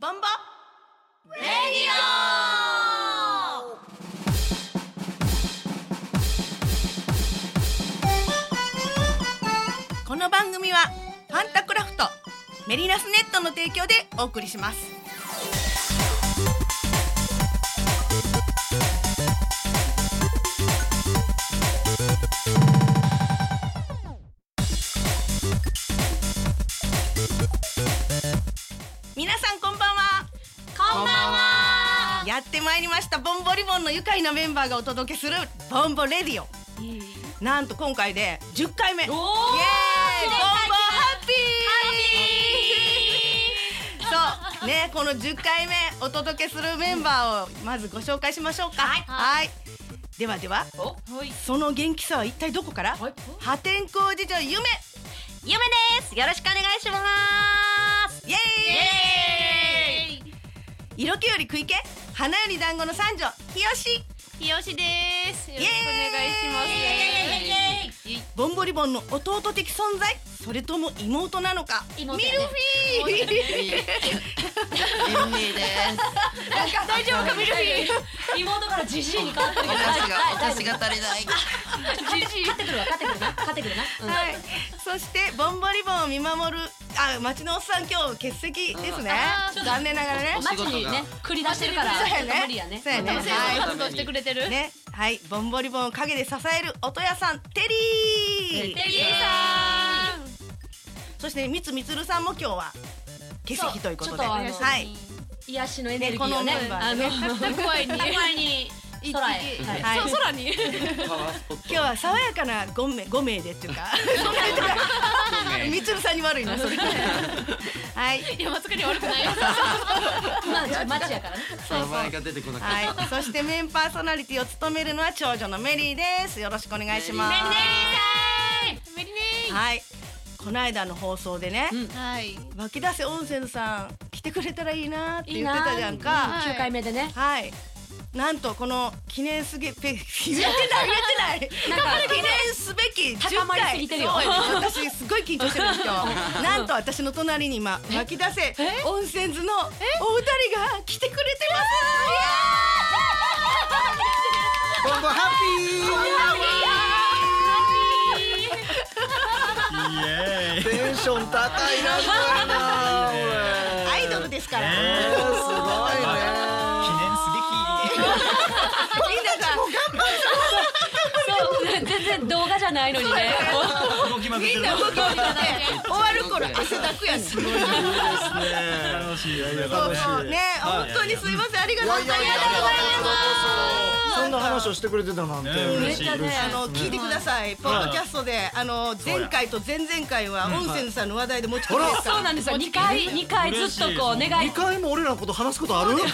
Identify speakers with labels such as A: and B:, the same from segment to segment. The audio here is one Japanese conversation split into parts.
A: バンバレディオこの番組はファンタクラフトメリナスネットの提供でお送りします皆さんこんばんは
B: こんばんは。
A: やってまいりましたボンボリボンの愉快なメンバーがお届けするボンボレディオなんと今回で10回目イエーイボンボン
B: お
A: ハッピーそうねこの10回目お届けするメンバーをまずご紹介しましょうか
B: はい
A: はいではでは
B: お、はい。
A: その元気さは一体どこから
B: はい
A: 破天荒事情夢
B: ゆめです。よろしくお願いします。
A: イエーイ
B: イエー
A: 色気より食い気花より団子の三女ひよし
B: イ。ひよしです。よろ
A: しくお願いします
B: す。イエーイ。
A: ボンボリボンの弟的存在それとも妹なのかミル
B: 妹
A: フ
B: やね
A: ィー
B: 大丈夫かミルフィー。妹からジジイに変わってるけど。
C: 私が私が足りない。
B: ジジイ。勝ってくるわ。勝ってくるな。勝ってくるな。
A: はい、そしてボンボリボンを見守るあ町のおっさん今日欠席ですね
B: あー
A: 残念ながらね
C: お
B: 街
C: 仕事が
B: にね繰り出してるから
A: そうやね
B: ちょっと無理やね。
A: そうやね
B: 多分生徒
A: はい
B: 活動してくれてる。
A: ねはいボンボリボンを陰で支える音屋さんテリー
B: テリーさん。
A: そして三つみつるさんも今日は欠席ということで
B: ちょっとあの
A: はい
B: 癒しのエネ
A: ね
B: ルギ
A: こ
B: ー
A: の
B: をね
A: メンバ
B: あ
A: ーで
B: の
A: ね
B: 怖いにに空へ
A: はい
B: はい
A: はい
B: そう空に
C: パワースポット
A: 今日は爽やかな5名五名でっていうか五名とかみつるさんに悪いなそれはい
B: いやまさかに悪くないよ まあ街やからね
C: 名前が出てこなかった。
A: はいそしてメインパーソナリティを務めるのは長女のメリーですよろしくお願いします
B: メリネ
A: はい。この間の放送でね、
C: うん
D: はい。
A: 湧き出せ温泉さん来てくれたらいいなって言ってたじゃんか。
D: い
B: 九回目でね
A: はい。なんとこの記念す げペ言ってない言ってない。なんか記念すべき10回
B: 高まりすぎてるよ
A: そう私すごい緊張してるんですよ。なんと私の隣に今湧き出せ温泉図のお二人が来てくれて
C: ボンボンハッピー。テンション高いなこれな。
E: イエ
A: ます。アイドルですから。みん
C: え
E: ね
C: ーすご
E: 記念すべき
A: なさん
B: そう全然動画じゃないのにね
E: 動きまくっ
A: み
E: て
A: ん
E: る
A: な動きを見てね終わる頃汗だくやねん。
E: 楽しい
A: そうそうね、本当にすいません、ありがとうございます。
F: そんな話をしてくれてたなんて。
E: ね嬉しい嬉しい
A: あの聞いてください、ポッドキャストで、あの前回と前々回は温泉さんの話題で持ち込みです
B: そうなんですよ二回二回ずっとこう願い
F: 二回も俺らのこと話すことある？
B: 願い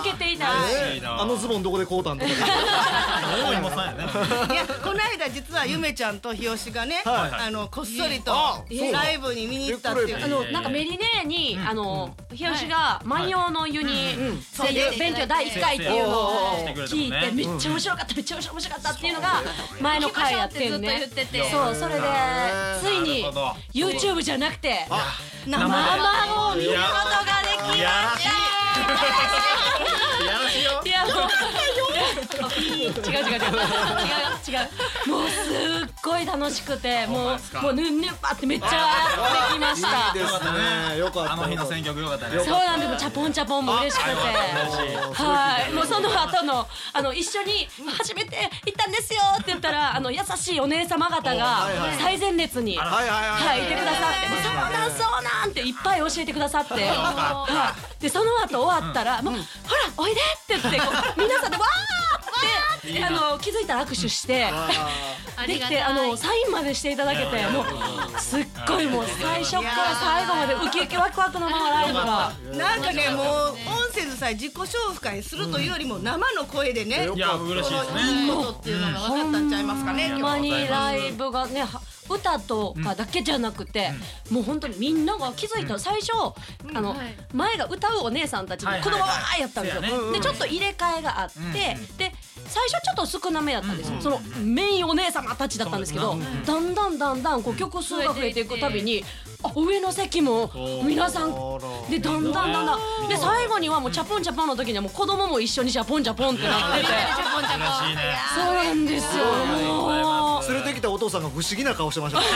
B: 続けていた
E: いいな
F: あのズボンどこで買うたんとか。
E: 大芋さんやね
A: いや、この間実はゆめちゃんと日吉がね、
F: はい
A: あのこっそりと
F: そう
A: ライブに見に行ったっていう
E: え
B: あ。のなんかメリネーにあの日吉が万葉の湯に声優勉強第一回っていうのを
E: してくれたも
B: 聞
E: ん
B: い
E: ね
B: てめっちゃ面白かっためっちゃ面白かったっていうのが前の回やってんね
D: 聞きましょうってずっと言ってて
B: そうそれでついに
E: なるほど
B: YouTube じゃなくて
A: 生
B: 生を見ることがで
E: い
B: き
E: やらしいやらしいよ
B: いやもう違う違う違う違う違うもうすっごい楽しくても
E: です
B: う
E: か
B: もうヌンヌンパってめっちゃできました
F: いいですね。よかった。
E: あの日の選曲よかったね
B: そうなんです。チャポンチャポンも嬉しくて。はい。もうその後の、あの、一緒に、初めて行ったんですよって言ったら、あの、優しいお姉様方が、最前列に、は
F: はいはいはい。
B: い、いてくださって、もうそうなん、そうなんっていっぱい教えてくださ って、はい。で、その後終わったら、もう、ほら、おいでって言って、こ う皆さんで、わーって、あの、気づいたら握手して、できてあのサインまでしていただけてもうすっごいもう最初から最後までウキウキワクワクのままライブが
A: なんかね、もう温泉さえ自己紹介するというよりも生の声でね、
E: いや嬉しい
A: こ
E: です
A: の
E: ね
A: いいことっていうのが分かったんちゃいますかね、
B: ほ
A: 今
B: ん
A: 日
B: まにライブがねは歌とかだけじゃなくて、もう本当にみんなが気づいたら最初、あの
D: はい
B: 前が歌うお姉さんたちの
E: はい
B: 子
E: はいはい
B: 供はわーやったんですよ、
E: そうやね
B: でちょっと入れ替えがあって、
E: ん
B: で最初ちょっと少なめだったんですよ、そのメインお姉様たちだったんですけど、だんだんだんだんこう曲数が増えていくたびに、あ上の席も皆さんでだんだんだんだんで最後にはもうチャポンチャポンの時にはもう子供も一緒にチャポンチャポンって なってて
E: しいね
B: そうなんですよもう
F: 連れてきたお父さんが不思議な顔してましたね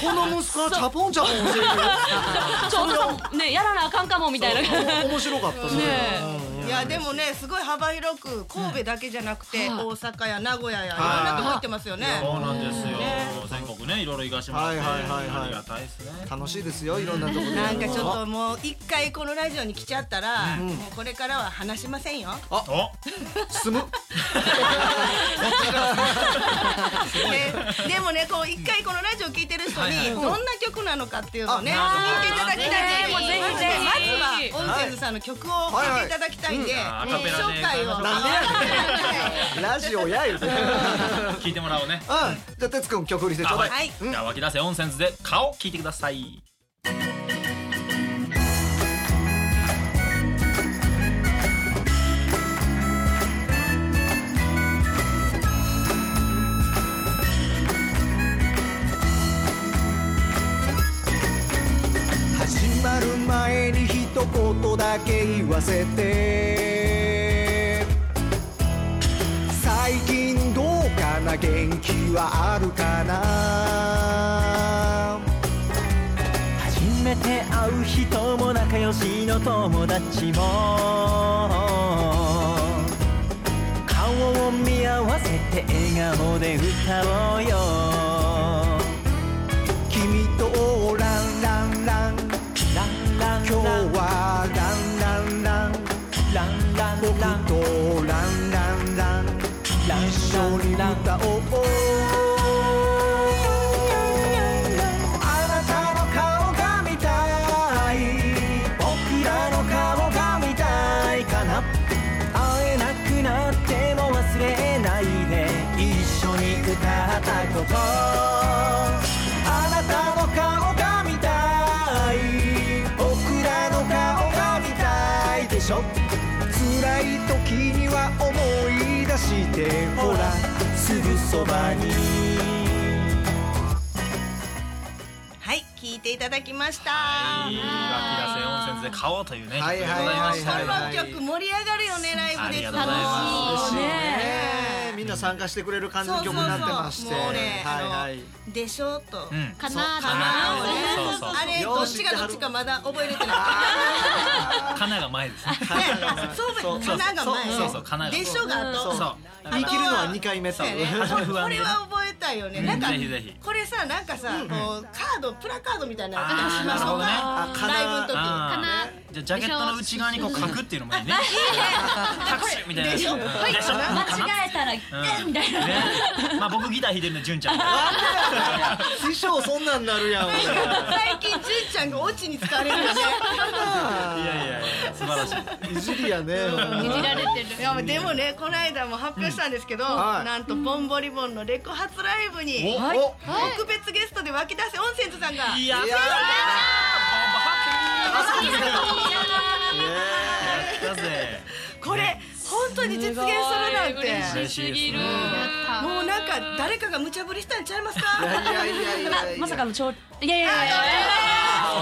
F: こ の息子はチャポンチャポンしてる
B: ちょお父さんねやらなあかんかもみたいな。
F: けど面白かったです
B: ね
A: いやでもねすごい幅広く神戸だけじゃなくて、
B: はい
A: 大阪や名古屋やいろんなとこ行ってますよね。
E: そうなんですよ。全国ね、いろいろ行かしてもらって、
F: はいはいはいはい
E: ありがたいですね。
F: 楽しいですよいろんなとこで
A: なんかちょっともう一回このラジオに来ちゃったら、もうこれからは話しませんよ。
E: お、
F: 住む
A: ねでもねこう一回このラジオ聞いてる人にどんな曲なのかっていうのをね聞いていただきたい
B: ねもうぜひぜひ
A: まずは音声さんの曲を聞いていただきたいんで
E: はい
A: 自己紹介を
E: アカペラで
F: なんでやねんラジオや言うてうん
E: 聞いてもらおうね。
F: じゃあ哲くん曲振りしてちょうだい
E: あ
A: はい
E: じゃあ、湧き出せ温泉図で顔聞いてください。
D: 始まる前に一言だけ言わせて最近どうかな元気はあるかな初めて会う人も仲良しの友達も顔を見合わせて笑顔で歌おうよ君とランランランランラン今日はランランランランランラン僕とランランラン一緒に歌おうあなたの顔が見たい僕らの顔が見たいかな会えなくなっても忘れないで一緒に歌ったことあなたの顔が見たい僕らの顔が見たいでしょ辛い時には思い出してほらすぐそばに
A: はい聞いていただきました。
E: いい湧き出せ温泉図で顔というね。
F: はいはいはい
E: 曲でございまし
A: こ
E: た
F: はい
A: の曲盛り上がるよねライブで
E: ありがとうございま
B: 楽しい
F: ねみんな参加してくれる感じの曲になってまして
A: そうそうそうもうねあの
F: はいはい
A: でしょと。
E: うん。
G: か
A: か
G: な
A: なをね
E: そうそう
A: あれどっちがどっちかまだ覚えれてない。
E: かなが前ですね。
A: ねそうかなが前。
E: そうそうかなが
A: でしょが後。
E: そう。
F: 言い切るのは2回目と
A: そうやね
E: 初め不安
A: こ
E: で
A: れ
E: ね
A: は覚えたいよね。
E: うん
A: なんか
E: ぜひぜひ
A: これさなんかさこうカードプラカードみたいな
E: あー
A: のしましょう
E: な
A: か。ライブの
E: あ
G: か
E: ーじゃあジャケットの内側にこう書くっていうのもいいね。拍手みたいな。
A: でしょ
E: うん
A: はい
E: でしょ
B: 間違えたら、
E: うん
B: みたいな。
E: ね まあ僕ギター弾いてるんで純ちゃん。
F: 師匠そんなんなるやん俺
A: 時。最近じいちゃんがオチに使われるよね。
E: いやいやいや素晴らしい。
F: いじりやね
G: いじられてる
A: いやでもねこの間も発表したんですけど、
F: はい
A: なんとボンボリボンのレコ発ライブに
E: お
F: お
A: 特別ゲストで湧き出せ温泉津さんが
E: いや
F: いや
E: やったぜ。
A: これ本当に実現するなんて
E: 嬉しいですね。
A: もうなんか誰かが無茶ぶりしたんちゃいますか
F: いやいやいやいやいや
B: まさかの超、いやいやいやいや。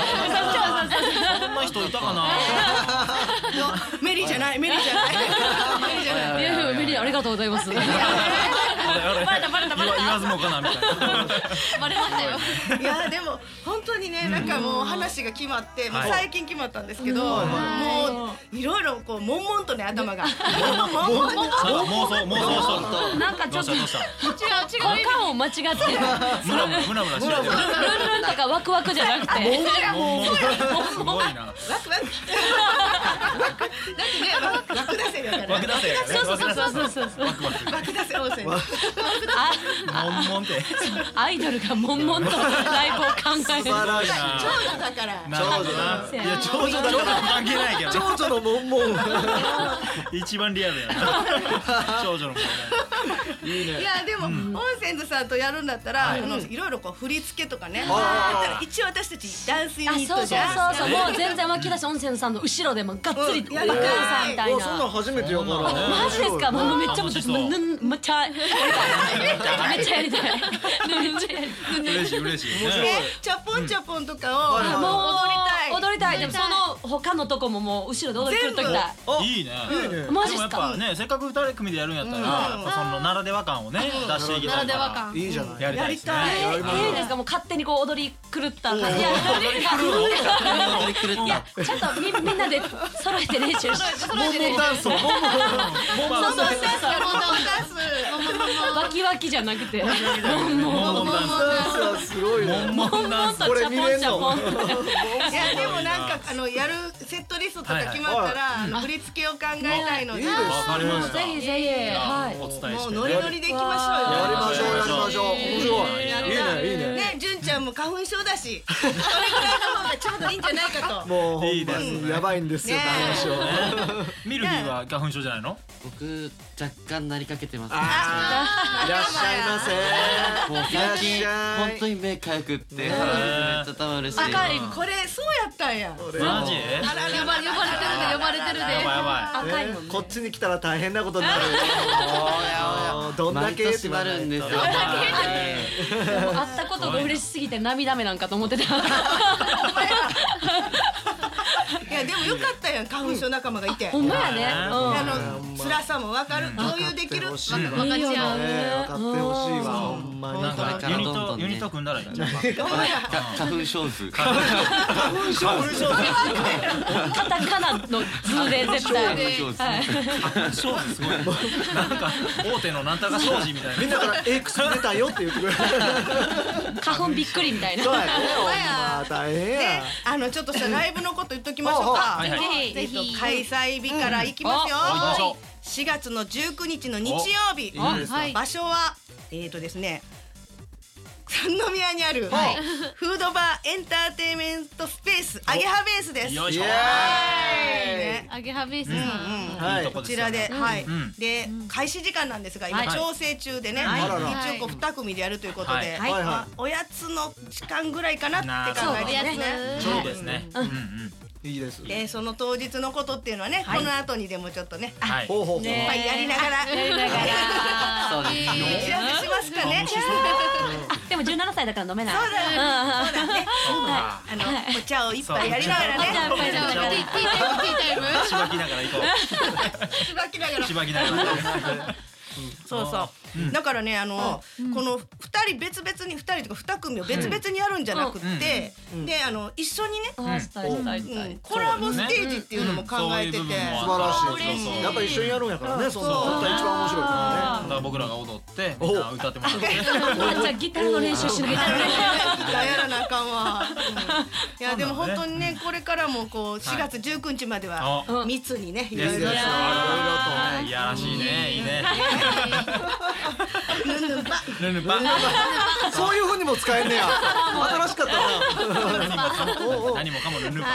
E: そんな人いたかな。
A: メリーじゃないメリーじゃないメリーじゃない
B: いやいやメリーありがとうございます。
E: バレたバレたバレた。言わずもかなみたいな。
G: バレましたよ
A: いやでも本当にねなんかもう話が決まってもう
E: はい
A: 最近決まったんですけども
G: はいう
A: いろいろこう悶々とね頭が悶々と
E: なんか妄想妄想しとる。
B: なんかち
E: ど
B: ょ
E: う
B: っ
E: し
B: と
E: たどうした。
G: 違う違う
B: 赤を間違ってる。
E: ムラムラムラムラし
B: ルンル
E: てる。
B: ンとかワクワクじゃなくて。
E: もうすごいな。
A: ワクワクだってねワクワク出せだから
E: 枠出せ。
B: そうそうそうそうそう。
A: ワク出せ温泉
E: もんもんって。
B: アイドルが悶々とライブを考え
F: 素晴
B: る
F: らしい
E: な
A: 長女だから
E: なるほどな。い
B: そうや
E: や、長女だから関係ないけど
F: 長
E: な。
F: 女のモンモン
E: 一番リアルやな。長女の問
A: いやでも、温泉ズさんとやるんだったら、あのいろいろこう振り付けとかね、だから一応私たちダンスユ
B: あ
A: ニッ
B: そうそ
A: ト
B: う
A: じ
B: そう
A: ゃん
B: そうもう全然湧き出し温泉さんの後ろでもがっつり
A: うん
B: バカンさんみたい
F: わそんなん
B: な。
F: 初めてやから
E: そんな
B: マジですか、もうめっちゃもう
E: 楽しそう
B: めっちゃやりたいめっちゃやりたいめっちゃやりたい
E: 題。嬉しい、嬉しい。
A: ねチャポンチャポンとかを、
F: うん
A: あ
B: もう
A: の踊りたい
B: 踊りたいでもその他のとこももう後ろで踊りくるときたい
E: いいね。
F: ね
B: マ
E: で
B: ジっ
E: も
B: す
E: やっぱ
B: か
E: ね、せっかく二人組でやるんやったら、やっぱそのならでは感をね、出していけ
G: な
E: た
G: ら
E: い
G: で
E: から
G: は感
F: いいじゃない
E: やりたいですね。
B: え
F: やりましょう
B: いいですかもう勝手にこう踊り狂った感じいや
E: 踊り狂った
B: いやちょっとみみんなで揃えて練習し
F: モンモンダンスをモンモン
B: そうそ
A: モン
B: うそう
A: モンダンス
B: そうわきわきじゃなくて
E: モンモンダン
F: ダンスはすごいね
E: ス。モンモンダンス。
B: とチャポンチャポンって
A: いやでもなんかあのやるセットリストとか決まったら、あの振り付けを考えたいので、
F: いいです
E: わかりました。
B: ぜひぜひはい
E: お伝え
A: も
E: し
A: う
E: て。
A: ノリノリでいきましょう
F: や
A: よ
F: りましょうやりましょう面白いいいねいいね
A: ね、純ちゃんも花粉症だし、それくらいの方がちょうどいいんじゃないかと。
F: もうほ
E: いい
F: ん
E: で
F: ます
E: ね
F: にやばいんですよ
A: ね
F: ダンスを
E: ミルフィーは花粉症じゃないの
H: 僕若干なりかけてます
F: あーいらっしゃいませ
H: もう最
F: い
H: 近
F: らっしゃい
H: 本当に目かゆくってめっち
E: ー
H: ゃ頭嬉しい
A: 赤い、これそうやったんや。
E: マジや
G: あら呼ば呼ばれてるで呼ばれてるで
E: ばいやばい。
B: 赤いもん
F: こっちに来たら大変なことになるもうどんだ
H: 毎
F: け
H: 年なるんですよ
E: やばい
B: 会ったことが嬉しすぎて涙目なんかと思って た
A: いやでもよかったやん、花粉症仲間がいて。
B: ほんま
A: あ
B: やね
A: の辛さもわかる、共有できる。
F: 分かってほしい
A: わか
B: う
A: わかり合う。
B: ん
F: ね分かってほしいわほんまに
E: なん
H: これ
E: か
H: から
E: ユニッ
H: どんど
E: ト
H: んね
E: ユニット組んだらいいんじゃん。
H: か花粉 症図
E: 花粉症
B: カタカナの図で絶対はい
E: 花粉症すごい。なんか大手のなんたら商事みたいな。
F: みんなから「え薬出たよ」って言ってくれる
B: 花粉びっくりみたいな
F: そうやねほんま大変
A: で
F: や、
A: あのちょっとしたライブのこと言っときましょうか。
E: はいはい
A: ぜひ開催日から行きますよ
E: うんお行きましょ。
A: 4月の19日の日曜日。
E: おいいです
G: ね
A: 場所はえっとですね。三宮にあるフードバーエンターテインメントスペースアゲハベースです。
E: よいしょ。
A: ね
G: アゲハベースさん
F: はい
E: いと
A: こ
E: こ
A: ち
E: ですよ
A: らで、はい
E: ん、
A: で、開始時間なんですが、今
E: はい
A: 調整中でね、
F: いあらら
A: 一応こう二組でやるということで、
F: いはい
A: まあおやつの時間ぐらいかなって考え
G: お
A: て
G: や
A: ますね。
G: つ
E: ちょうどですね。うんうん。
F: いいです
A: で、その当日のことっていうのはね、この後にでもちょっとね、あ
E: はい。
F: ほうほうほう
A: いっぱいやりながら、
B: やりながら
H: そうです
A: お知らせしますかね。
B: でも17歳だから飲めない
A: そうだよね、そうだね。
E: そうか。
A: あの、お茶を一杯やりながら
B: お茶を
A: ね、
B: いっぱい飲めない
G: ティーティータイムティータイム
E: しばきながら行こ
A: つばきなが
E: う。
A: ら
E: し。ばきながら。
A: そうそう。だからね、あの、この二人別々に、二人とか二組を別々にやるんじゃなくって、で、あの、一緒にね、
B: あしたいしたいした
A: うん
B: い
A: コラボステージっていうのも考えてて、
E: そういう部分もあ
F: 素
E: る
F: 晴らし
E: そうそうそう
F: いやっぱ一緒にやるんやからねそんな
A: そう
F: 絶対一番面白いか
E: だから僕らが踊って、みんな歌ってもらって。
B: あじゃあギターの練習しないと
A: やらなあかんわ。いやでも本当にねこれからもこう4月19日までは
E: あ
A: 密にねい
E: で
A: ろい
E: す
A: ろ
E: ね。
A: と
E: いやらしいね。いいね。ぬぬば。ぬぬ
F: らねそういうふうにも使えんねや 新しかったな
E: ば。何もかもぬぬば。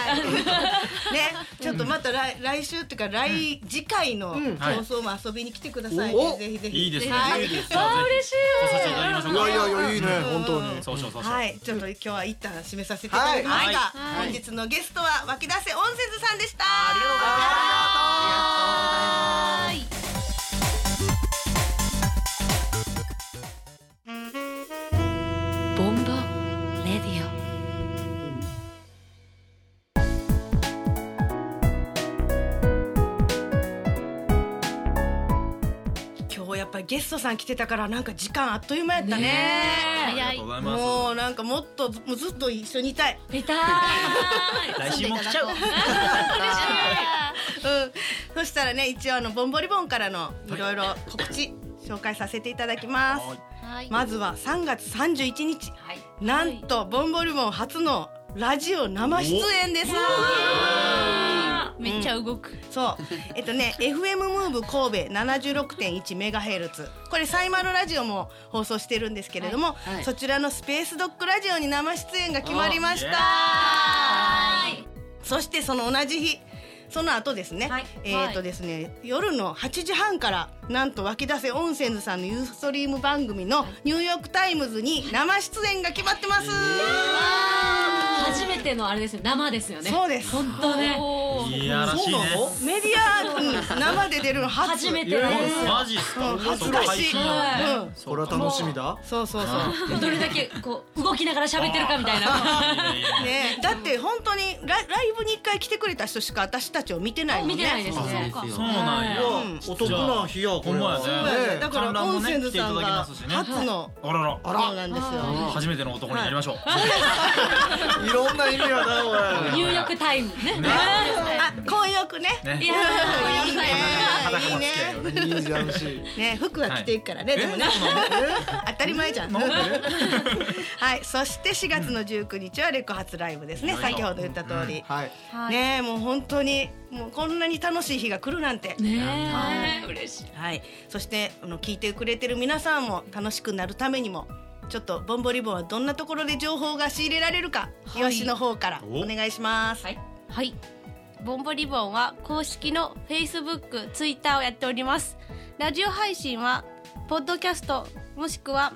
A: ねちょっとまた来来週っていうか来次回の放送も遊びに来てくださいね
F: お
A: ぜひぜひ
E: いいですね。
A: はい
E: いいですよ嬉しい。来させていただきましょ
F: いや
E: うか。
F: いやいやいいね本当に
E: そうしようそうしよう。
A: はいちょっと今日は一旦締めさせていただきますが本日のゲストは湧き出せ温泉さんでしたありがとうございます
B: ボンボレディオ
A: 今日やっぱりゲストさん来てたからなんか時間あっという間やったね
E: ありが
G: 早い
E: とうございま
A: もうなんかもっともうずっと一緒にいたい、
B: 痛いた
E: す。来週も来ちゃう。
A: うん、そしたらね一応あのボンボリボンからのいろいろ告知紹介させていただきます、
G: はい
A: まずは3月31日、
G: い
A: なんとボンボリボン初のラジオ生出演です、
G: めっちゃが動く
A: そうえっと ね FM ムーブ神戸76.1メガヘルツこれサイマルラジオも放送してるんですけれども、
H: はいはい
A: そちらのスペースドッグラジオに生出演が決まりましたそしてその同じ日その後ですね、
B: はい
A: えーっとですね夜の8時半からなんと湧き出せ温泉ズさんのユーストリーム番組のニューヨークタイムズに生出演が決まってます、
B: 初めてのあれですよ生ですよね
A: そうです
B: 本当ね
E: いやらしいね
A: メディア、うん生で出るの初
B: 初めて
E: い
B: で
E: や
B: す
E: マジっすか
A: うん恥ずかしい、
E: そう配
A: う
E: 信
A: ん、
F: これは楽しみだ
A: そうそうそう
B: どれだけこう動きながら喋ってるかみたいな
E: いやいやいや
A: ね、だって本当にラライブに一回来てくれた人しか私たちを見てないもんね
B: 見てないですね
H: そうです
E: そう
H: よ
E: なんや
A: うん
F: お得な日やこれ
E: ほんまやね
A: そうやね
E: ね
A: だから
E: 観覧
A: コ
E: も
A: ン
E: ね
A: センズさんが
E: 来ていただけますしね
A: 初の
E: あらら
A: そうなんですよ
E: 初めての男になりましょう
F: いろんな意味がなこれ
B: 入浴タイムね
E: ね
A: あ、混浴ね
E: ね
B: いやー
A: いいね
E: 裸
A: いい
E: も
A: ね
E: 付き合いをね
F: いいじゃんし
A: ね、服は着ていくからね、
E: え
A: でもね
E: そうなの
A: 当たり前じゃん
E: なんで
A: はい、そして4月の19日はレコ発ライブですね、
E: うん
A: 先ほど言った通り、
F: はい
G: はい
A: ねもう本当にもうこんなに楽しい日が来るなんて、
B: ねえ嬉しい
A: はい、そしてあの聞いてくれてる皆さんも楽しくなるためにもちょっとボンボリボンはどんなところで情報が仕入れられるか、
G: はい
A: よしの方からお願いします。
B: はい
G: はい。ボンボリボンは公式の Facebook、Twitter をやっております。ラジオ配信は、ポッドキャスト、もしくは、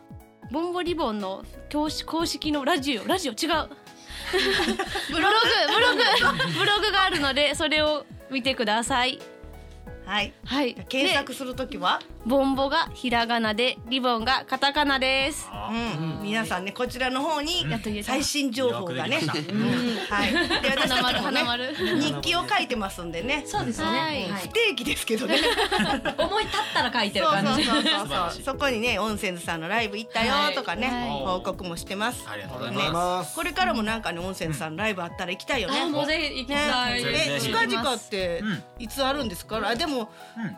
G: ボンボリボンの教師公式のラジオ、ラジオ 違う。ブログ、ブログ、ブログがあるので、それを見てください。
A: はい、
G: はい。
A: 検
G: で
A: 索するときは、
G: ボンボがひらがなで、リボンがカタカナです。
A: うん、皆さんねこちらの方に
G: やっと言えた
A: 最新情報がね、
E: よくでき
A: うんはい、で私たちもね
G: 花丸花
A: 日記を書いてますんでね、
B: そうですね
G: はい
B: は
A: 不
B: い
A: 定期ですけどね。
B: 思い立ったら書いてる
A: そう
B: 感
A: そう
B: じ
A: そうそ
E: 晴ら
A: う
E: し
A: そう
E: い
A: そこにね温泉さんのライブ行ったよとかね、
G: はいはい
A: 報告もしてます
E: ありがとうござ
F: あ
E: い
F: りがとうござい
E: ま
F: ます
A: これからもなんかね温泉さんのライブあったら行きたいよね、
B: あもうぜひ行きた
A: ね
B: い
E: ぜひ
A: え
E: ぜひ
A: 近々っていつあるんですか、あでも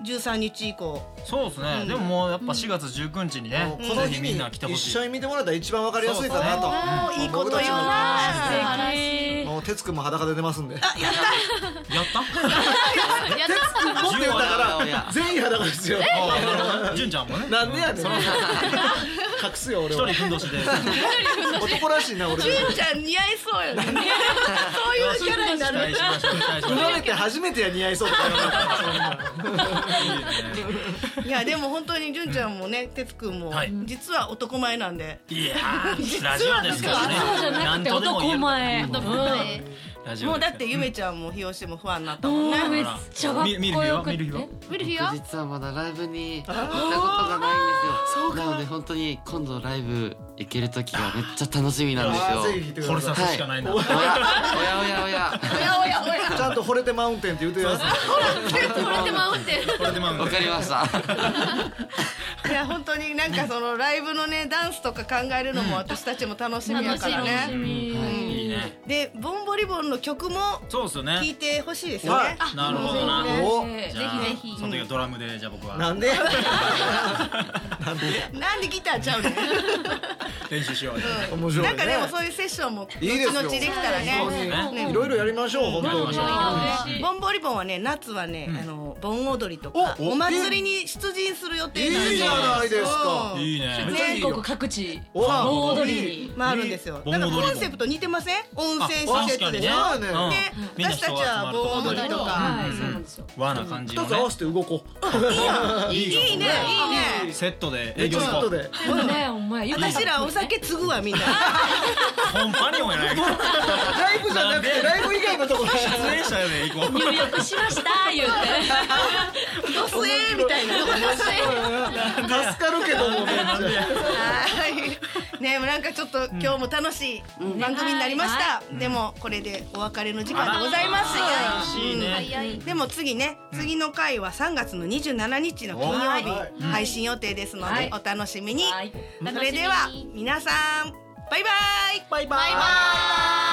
E: う
A: 13日以降
E: すそうです
A: う
E: ね
A: ん
E: でももうやっぱ4月19日にね
F: もうこの
E: ぜ
F: 日
E: ひみ
F: に
E: んな来てほ
F: 一
E: しい
F: 緒に見てもらったら一番わかりやすいかなと
A: あーいいこと言う
G: 素晴
A: な
G: らしい。
F: もう哲くんも裸で出ますんで哲
E: やった
G: やだ
F: くん持ってたから全員裸ですよ
E: 純ちゃんもね
F: なんでや ねん
E: その
F: 隠すよ俺
E: 一
F: は
E: 人ふんどしで
F: 男らしいな俺
A: 純ちゃん似合いそうよね そういうキャラ にな
E: 期待
A: る
E: しましょう期待し
F: 生
E: まし
F: まれて初めてや似合いそうとか言われた
A: いやでも本当に純ちゃんもね哲くんも、
E: はい
A: 実は男前なんで
E: ょういやーラジオですからね
B: そうじゃなくて
E: 何とでも言え
B: 男
E: る
B: 前
E: ラジオ
A: もう
E: で
A: だ
E: すから
A: ってゆめちゃんも日吉も不安になったもんね、
B: うんめっ
E: あら
B: ちゃかっこよくて
E: 見る日は見る日は
G: ウィルフィ
H: 僕
G: ア
H: 実はまだライブに行ったことがないんですよなので本当に今度ライブ行ける時がめっちゃ楽しみなん
F: あーぜひ
H: です
F: 弾いて
E: こ
H: よ
F: く
E: れ
F: ださ
E: さ
F: い
E: すしかないな
H: おやおやおやおや
F: ちゃんと惚れてマウンテンって言うてやつ
G: これでマウンテン。
E: これでまあ
H: わかりました
A: いや本当になんかそのライブのねダンスとか考えるのも私たちも楽しみやから
G: 楽し
A: ね。
G: み。
E: いいね
A: でボンボリボンの曲も
E: そうですよね
A: 聴いてほしいですよね。
E: あなるほどな
F: お
G: ぜひ
E: じゃあ
G: ぜひ。
E: その時はドラムでじゃあ僕
F: な
E: は
F: んで
A: なんでギターちゃうの？
E: 練習しようよ
F: 面白い
A: な
F: ね
A: んかでもそういうセッションも後
F: いいですよ
A: 々できたら
E: そうです
A: ね。
E: ね
F: いろいろやりましょう本
E: やり
F: 当
E: ま
F: に
E: しょう
A: ボンボリボンはね夏はねあの盆踊りとか
F: お
A: お祭りに出陣する予定なん
F: いいじゃないですか
A: うん
E: いいね
B: 全国各地
F: お
B: 盆踊りに
A: まああるんですよ。
E: 盆
A: な
E: 踊
A: んか
E: りも
A: コンセプト似てません？温泉施
E: あ確
A: 設
E: か
A: で
E: に
A: し
E: ね
A: ょ。
F: そうやね
E: うん
A: で私たちは盆踊りとか。
B: はいそうなんですよ
E: 和な感じ
F: 二
E: の
F: つ合わ
E: ね
F: せて動こう
A: いいねいいね。
E: セットで
F: え
E: 営
F: ち
E: 業
F: ょ
E: 行
F: っ
E: ことう
F: で
B: でもねお前ゆ
A: 私らお酒継ぐわみんな。
E: コンパニオンやないか
F: ライブじゃなくてライブ以外のところ
E: 出演者やで行こう
B: 入浴しました言って
A: ドスえーみたいな。
F: 助かるけどもめっちゃ
A: はい。ね、なんかちょっと今日も楽しい番組になりました。でもこれでお別れの時間でございます。
E: いいね
G: 早い。
A: でも次ね、次の回は3月の27日の金曜日配信予定ですの
B: は
A: で
B: い
A: お楽しみに。
B: はい
A: それでは
G: 楽しみに
A: 皆さんバイバイ。
F: バイバ
G: バ
F: イ
G: イバイ。